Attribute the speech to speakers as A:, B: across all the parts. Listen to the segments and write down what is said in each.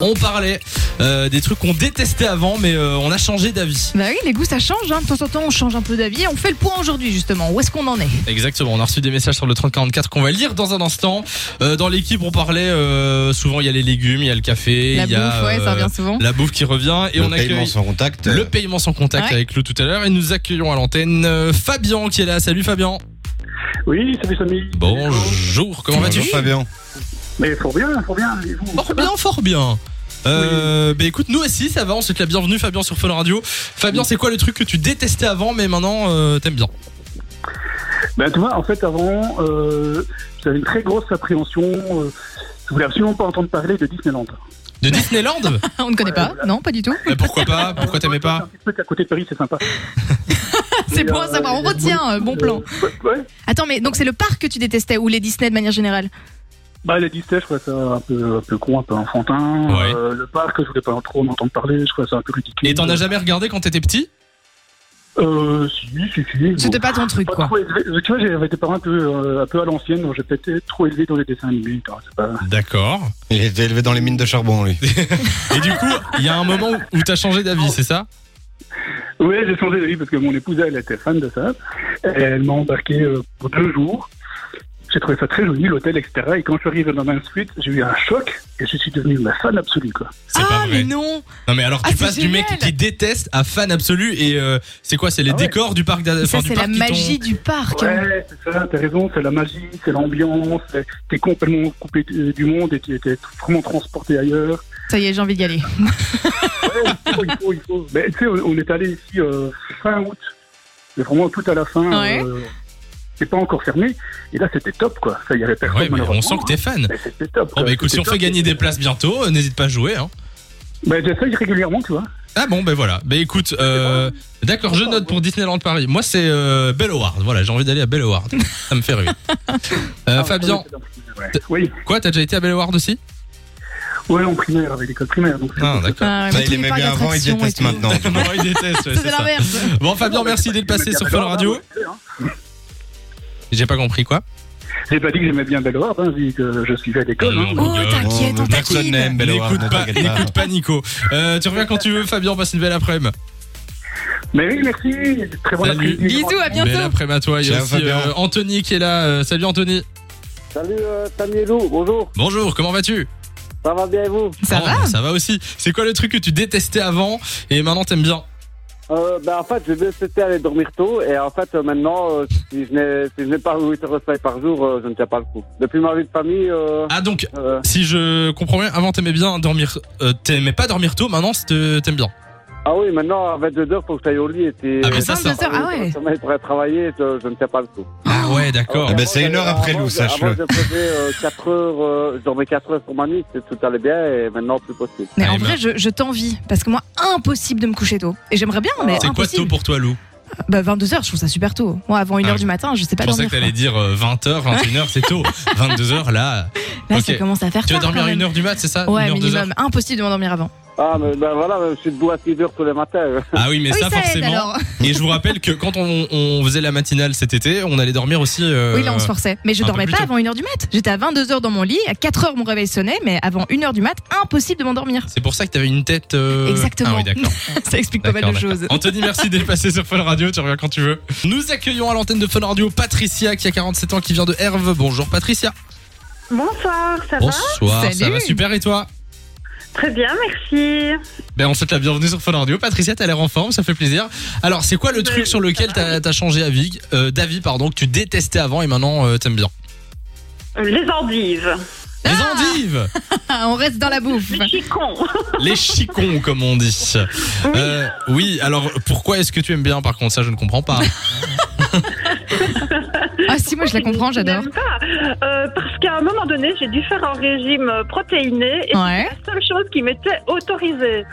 A: On parlait euh, des trucs qu'on détestait avant, mais euh, on a changé d'avis.
B: Bah oui, les goûts ça change, hein. de temps en temps on change un peu d'avis. On fait le point aujourd'hui justement, où est-ce qu'on en est
A: Exactement, on a reçu des messages sur le 3044 qu'on va lire dans un instant. Euh, dans l'équipe, on parlait euh, souvent, il y a les légumes, il y a le café,
B: La
A: il y a
B: bouffe, ouais, ça
A: euh,
B: revient souvent.
A: la bouffe qui revient, et
C: le
A: on
C: paiement
A: accueille
C: sans contact. euh,
A: le paiement sans contact
B: Ouais.
A: avec le tout à l'heure. Et nous accueillons à l'antenne euh, Fabien qui est là. Salut Fabien.
D: Oui, salut Samy.
A: Bonjour, comment vas-tu
C: Bonjour Fabien.
D: Mais fort bien, fort bien. Et vous
A: Fort bien, fort bien. Euh, bah écoute, nous aussi ça va, on souhaite la bienvenue Fabien sur Fun Radio. Fabien, c'est quoi le truc que tu détestais avant, mais maintenant euh, t'aimes bien
D: Ben, tu vois, en fait, avant, euh, j'avais une très grosse appréhension. euh, je voulais absolument pas entendre parler de Disneyland.
A: De Disneyland
B: on ne connaît pas, non, pas du tout.
A: Mais pourquoi pas Pourquoi t'aimais
D: C'est
A: pas
D: Un petit truc à côté de Paris, c'est sympa.
B: Ah. c'est
D: Mais,
B: bon à
D: euh,
B: savoir, on
D: oui,
B: retient, euh, bon
D: euh,
B: plan.
D: ouais, ouais.
B: Attends, mais donc c'est le parc que tu détestais ou les Disney de manière générale
D: Bah, les Disney, je trouvais ça un peu, un peu con, un peu enfantin.
A: Ouais.
D: Euh, le parc, je voulais pas trop en entendre parler. Je trouvais ça un peu ridicule.
A: Et t'en as jamais regardé quand t'étais petit
D: Euh, si, si, si.
B: C'était
D: Bon.
B: pas ton truc
D: Pas
B: quoi.
D: trop élevé. Tu vois, j'avais des parents un peu, euh, un peu à l'ancienne, donc j'ai peut-être trop élevé dans les dessins animés. tu vois, c'est pas-
A: D'accord.
C: Il était élevé dans les mines de charbon,
A: Ah
C: lui.
A: Et du coup, il y a un moment où- où t'as changé d'avis, c'est ça
D: Oui, j'ai changé d'avis parce que mon épouse, elle était fan de ça. Elle m'a embarqué euh, pour deux jours. J'ai trouvé ça très joli, l'hôtel, etc. Et quand je suis arrivé dans la suite, j'ai eu un choc et je suis devenu ma fan absolue. Quoi.
A: C'est
B: Ah mais non
A: Non mais alors
B: Ah,
A: tu
B: c'est
A: passes du mec
B: génial
A: qui déteste à fan absolu et euh, c'est quoi C'est les
D: Ah ouais.
A: décors du parc d'a- enfin,
B: Ça
A: du
B: c'est la
A: parc qui t'ont-
B: magie du parc. hein.
D: Ouais, c'est ça, t'as raison, c'est la magie, c'est l'ambiance, t'es- t'es complètement coupé euh, du monde et t'es t'es vraiment transporté ailleurs.
B: Ça y est, j'ai envie d'y aller.
D: Ouais, il faut, il faut, il faut. Mais tu sais, on on est allé ici euh, fin août, mais vraiment tout à la fin.
B: Ouais.
D: euh, c'était pas encore fermé. Et là, c'était top, quoi. Ça, il y avait personne,
A: Ouais, mais on
D: malheureusement.
A: sent que t'es fan.
D: Mais C'était top.
A: Bon
D: quoi.
A: bah écoute, si
D: C'était
A: on fait
D: top.
A: gagner des places bientôt, euh, n'hésite pas à jouer. Hein.
D: Ben, j'essaye régulièrement, tu vois.
A: Ah bon, ben voilà. Ben écoute, euh, d'accord, je note pour Disneyland Paris. Moi, c'est euh, Belle Howard. Voilà, j'ai envie d'aller à Belle Howard. Ça me fait rêver. Euh,
D: Ah,
A: Fabien,
D: ouais. Oui,
A: quoi, t'as déjà été à Belle Howard aussi
D: ouais, en primaire, avec l'école primaire. Donc,
A: Ah,
D: c'est-
A: d'accord.
B: Ah,
C: Ça,
B: mais tous
C: il
B: les
C: aimait
B: parcs
C: bien avant, il
B: d'attractions et
C: déteste
B: tout.
C: maintenant. tu vois.
A: Non, il déteste, ouais,
B: Ça,
A: c'est
B: C'est
A: ça.
B: l'inverse.
A: Bon, Fabien, merci d'être passé sur Fun Radio. J'ai pas compris quoi
D: J'ai pas dit que j'aimais bien Belle Horde, hein, j'ai dit que je suivais à l'école.
A: Non,
D: hein.
A: non.
B: Oh t'inquiète, on
C: Oh, Personne
B: taquine.
C: n'aime Belle Howard,
A: N'écoute
C: ne
A: pas,
C: t'inquiète pas.
A: n'écoute pas Nico. Euh, tu reviens quand tu veux, Fabien, passe une belle après-midi.
D: Mais oui, merci. Très bonne
A: Salut.
D: après-midi.
B: Bisous, à
A: Belle
B: bientôt.
A: après-midi à toi. Il y a
C: Ciao,
A: aussi
C: Fabien.
A: euh, Anthony qui est là. Euh, salut Anthony.
E: Salut euh, Samy et Lou, bonjour,
A: Bonjour, comment vas-tu
E: ça va bien et vous
B: Ça
A: Oh,
B: va
A: Ça va aussi. C'est quoi le truc que tu détestais avant et maintenant t'aimes bien
E: euh, ben, En fait, je vais cesser aller dormir tôt et en fait, euh, maintenant, euh, si je n'ai si je n'ai pas 8 heures de sommeil par jour, euh, je ne tiens pas le coup. Depuis ma vie de famille, euh,
A: Ah donc
E: euh,
A: Si je comprends bien, avant t'aimais bien dormir, euh, t'aimais pas dormir tôt, maintenant c'est- euh, t'aimes bien.
E: ah oui, maintenant, à 22 heures, faut que je aille au lit et puis... euh,
A: Ah, mais ça, ça-
B: 22 heures, ah ouais.
E: Le sommeil pour aller travailler, je, je ne tiens pas le coup.
A: Ah ouais, d'accord.
C: Ah ben,
E: Avant,
C: c'est une heure
E: j'avais-
C: après, Lou,
E: avant, je-
C: sache-le.
E: Avant, je faisais, euh, 4 heures, euh, je dormais 4 heures pour ma nuit, c'est- tout allait bien et maintenant, plus possible.
B: Mais
A: Ah,
B: en
A: Emma.
B: vrai, je, je t'envie parce que moi, impossible de me coucher tôt. Et j'aimerais bien, mais
A: C'est quoi tôt
B: impossible.
A: pour toi, Lou
B: bah 22 h je trouve ça super tôt. Moi, avant 1
A: Ah
B: h
A: oui.
B: du matin, je sais pas
A: Je pensais
B: dormir.
A: que t'allais dire euh, 20h, 21h, c'est tôt. 22h, là.
B: Là,
A: Ok.
B: ça commence à faire
A: Tu vas
B: tard
A: dormir
B: quand
A: à
B: même.
A: 1h du mat, c'est ça
B: Ouais,
A: 1h, 2h
B: minimum. Impossible de m'endormir avant.
E: Ah, mais ben voilà, je suis debout à 6 heures tous les matins.
A: Ah oui, mais
B: Ah oui,
A: ça,
B: ça aide
A: forcément.
B: alors.
A: Et je vous rappelle que quand on, on faisait la matinale cet été, on allait dormir aussi. euh,
B: Oui, là, on se forçait. Mais je
A: un peu
B: dormais
A: plus
B: pas
A: tôt.
B: avant 1h du mat. J'étais à 22h dans mon lit. À 4h, mon réveil sonnait. Mais avant 1h du mat, impossible de m'endormir.
A: C'est pour ça que t'avais une tête. euh,
B: Exactement.
A: Ah oui, d'accord.
B: Ça explique pas mal
A: D'accord,
B: de
A: d'accord.
B: choses.
A: Anthony, merci d'être passé sur Fun Radio. Tu reviens quand tu veux. Nous accueillons à l'antenne de Fun Radio Patricia qui a 47 ans, qui vient de Herve. Bonjour, Patricia.
F: Bonsoir, ça va
A: Bonsoir. Ça
B: Salut.
A: va super et toi
F: Très bien, merci.
A: Ben, on te souhaite la bienvenue sur Fun Radio. Patricia, t'as l'air en forme, ça fait plaisir. Alors, c'est quoi le
F: Ouais,
A: truc sur lequel
F: ça
A: t'as t'as changé d'avis, euh, d'avis pardon, que tu détestais avant et maintenant euh, t'aimes bien
F: Euh, Les endives.
A: Les
B: Ah
A: endives
B: Ah, on reste dans la bouffe.
F: Les chicons.
A: Les chicons, comme on dit. Euh, oui, alors pourquoi est-ce que tu aimes bien Par contre, ça, je ne comprends pas.
B: Ah, si, moi, je la comprends, j'adore.
F: J'aime pas. Euh, parce qu'à un moment donné, j'ai dû faire un régime euh, protéiné et
B: Ouais.
F: c'est la seule chose qui m'était autorisée.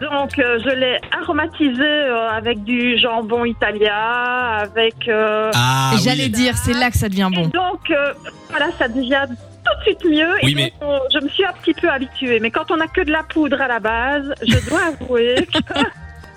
F: Donc, euh, je l'ai aromatisé euh, avec du jambon italien, avec. euh,
A: Ah, oui.
B: J'allais dire, c'est là que ça devient
F: Et
B: bon.
F: donc, euh, voilà, ça devient tout de suite mieux.
A: Oui,
F: et
A: mais-
F: donc, euh, on- je me suis un petit peu habituée. Mais quand on a que de la poudre à la base, je dois avouer que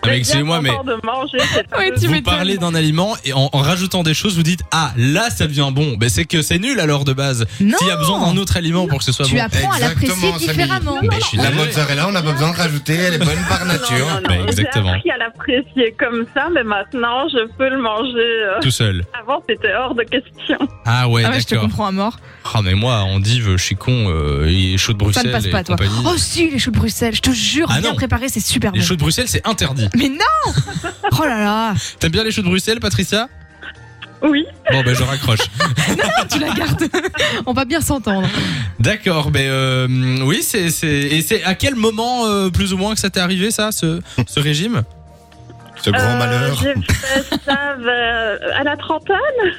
A: Ah, mais excusez-moi,
F: bien
A: mais
F: content de manger cette
B: Ouais, tu
F: fameuse-
A: vous parlez d'un aliment et en, en rajoutant des choses, vous dites ah là ça devient bon. Ben c'est que c'est nul alors de base.
B: Non.
A: S'il y a besoin d'un autre aliment pour que ce soit
B: Tu
A: bon.
B: apprends à l'apprécier
C: Exactement, Samy.
B: différemment.
A: Ben, je suis
C: La
A: désolé.
C: mozzarella, on n'a pas besoin de rajouter, elle est bonne par
F: Ah, Non, non,
C: nature.
F: non,
A: Bah, exactement.
F: J'ai appris à l'apprécier comme ça, mais maintenant je peux le manger. euh,
A: tout seul.
F: Avant, c'était hors de question.
A: Ah ouais,
B: Ah ouais, je te
A: d'accord.
B: comprends à mort.
A: Ah mais moi en dive, je suis con, euh, et chaud de
B: Ça
A: Bruxelles
B: ne passe
A: et
B: pas, toi.
A: compagnie.
B: Oh si, les choux de Bruxelles, je te jure,
A: Ah
B: bien
A: non.
B: préparé, c'est super
A: les
B: bon.
A: choux de Bruxelles, c'est interdit.
B: Mais non Oh là là
A: T'aimes bien les choux de Bruxelles, Patricia
F: Oui,
A: Bon ben je raccroche.
B: Ah, Tu la gardes On va bien s'entendre.
A: D'accord, ben euh, oui, c'est c'est et c'est à quel moment euh, plus ou moins que ça t'est arrivé ça, ce ce régime
C: Ce grand
F: Euh,
C: malheur.
F: J'ai fait ça vers- à la trentaine,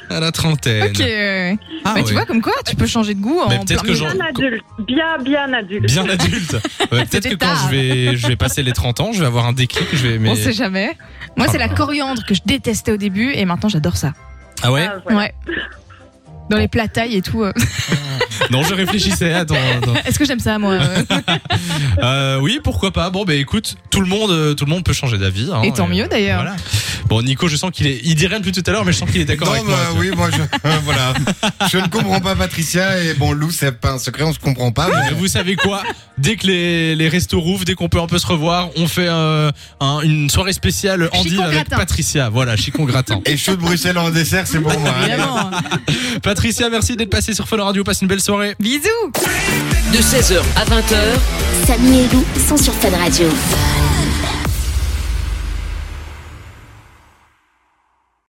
A: À la trentaine.
B: Ok. ouais.
A: Ah
B: Bah, Tu
A: ouais.
B: vois, comme quoi, tu peux changer de goût
A: Mais
B: en
A: peut-être
B: plein
A: que
B: milieu.
A: j'en-
F: bien adulte, bien bien adulte.
A: Bien adulte. Ouais, Peut-être
B: C'était
A: que quand
B: tard.
A: je vais, je vais passer les 30 ans, je vais avoir un déclic. Je vais, mais...
B: On sait jamais. Moi, c'est la coriandre que je détestais au début et maintenant j'adore ça.
A: Ah ouais
F: Ah, voilà.
B: Ouais. Dans les plats tailles et tout. euh.
A: Non, je réfléchissais. Attends, attends.
B: Est-ce que j'aime ça, moi euh
A: Euh, oui, pourquoi pas. Bon, bah écoute, tout le monde, euh, tout le monde peut changer d'avis. hein,
B: Et tant mieux, d'ailleurs.
A: Voilà. Bon, Nico, je sens qu'il est, il dit rien depuis tout à l'heure, mais je sens qu'il est d'accord
C: Non,
A: avec
C: bah
A: moi.
C: oui, moi je. euh, voilà. Je ne comprends pas Patricia et bon, Lou, c'est pas un secret, on se comprend pas.
A: Mais
C: mais-
A: vous savez quoi Dès que les, les restos rouvrent, dès qu'on peut un peu se revoir, on fait euh, un- une soirée spéciale en
B: Chicon
A: deal avec
B: gratin.
A: Patricia. Voilà, chicon gratin.
C: Et chaud de Bruxelles en dessert, c'est pour moi. hein.
B: Évidemment.
A: Patricia, merci d'être passée sur Fun Radio. Passe une belle soirée.
B: Bisous
G: De 16h à 20h,
H: Samy et Lou sont sur Fan Radio.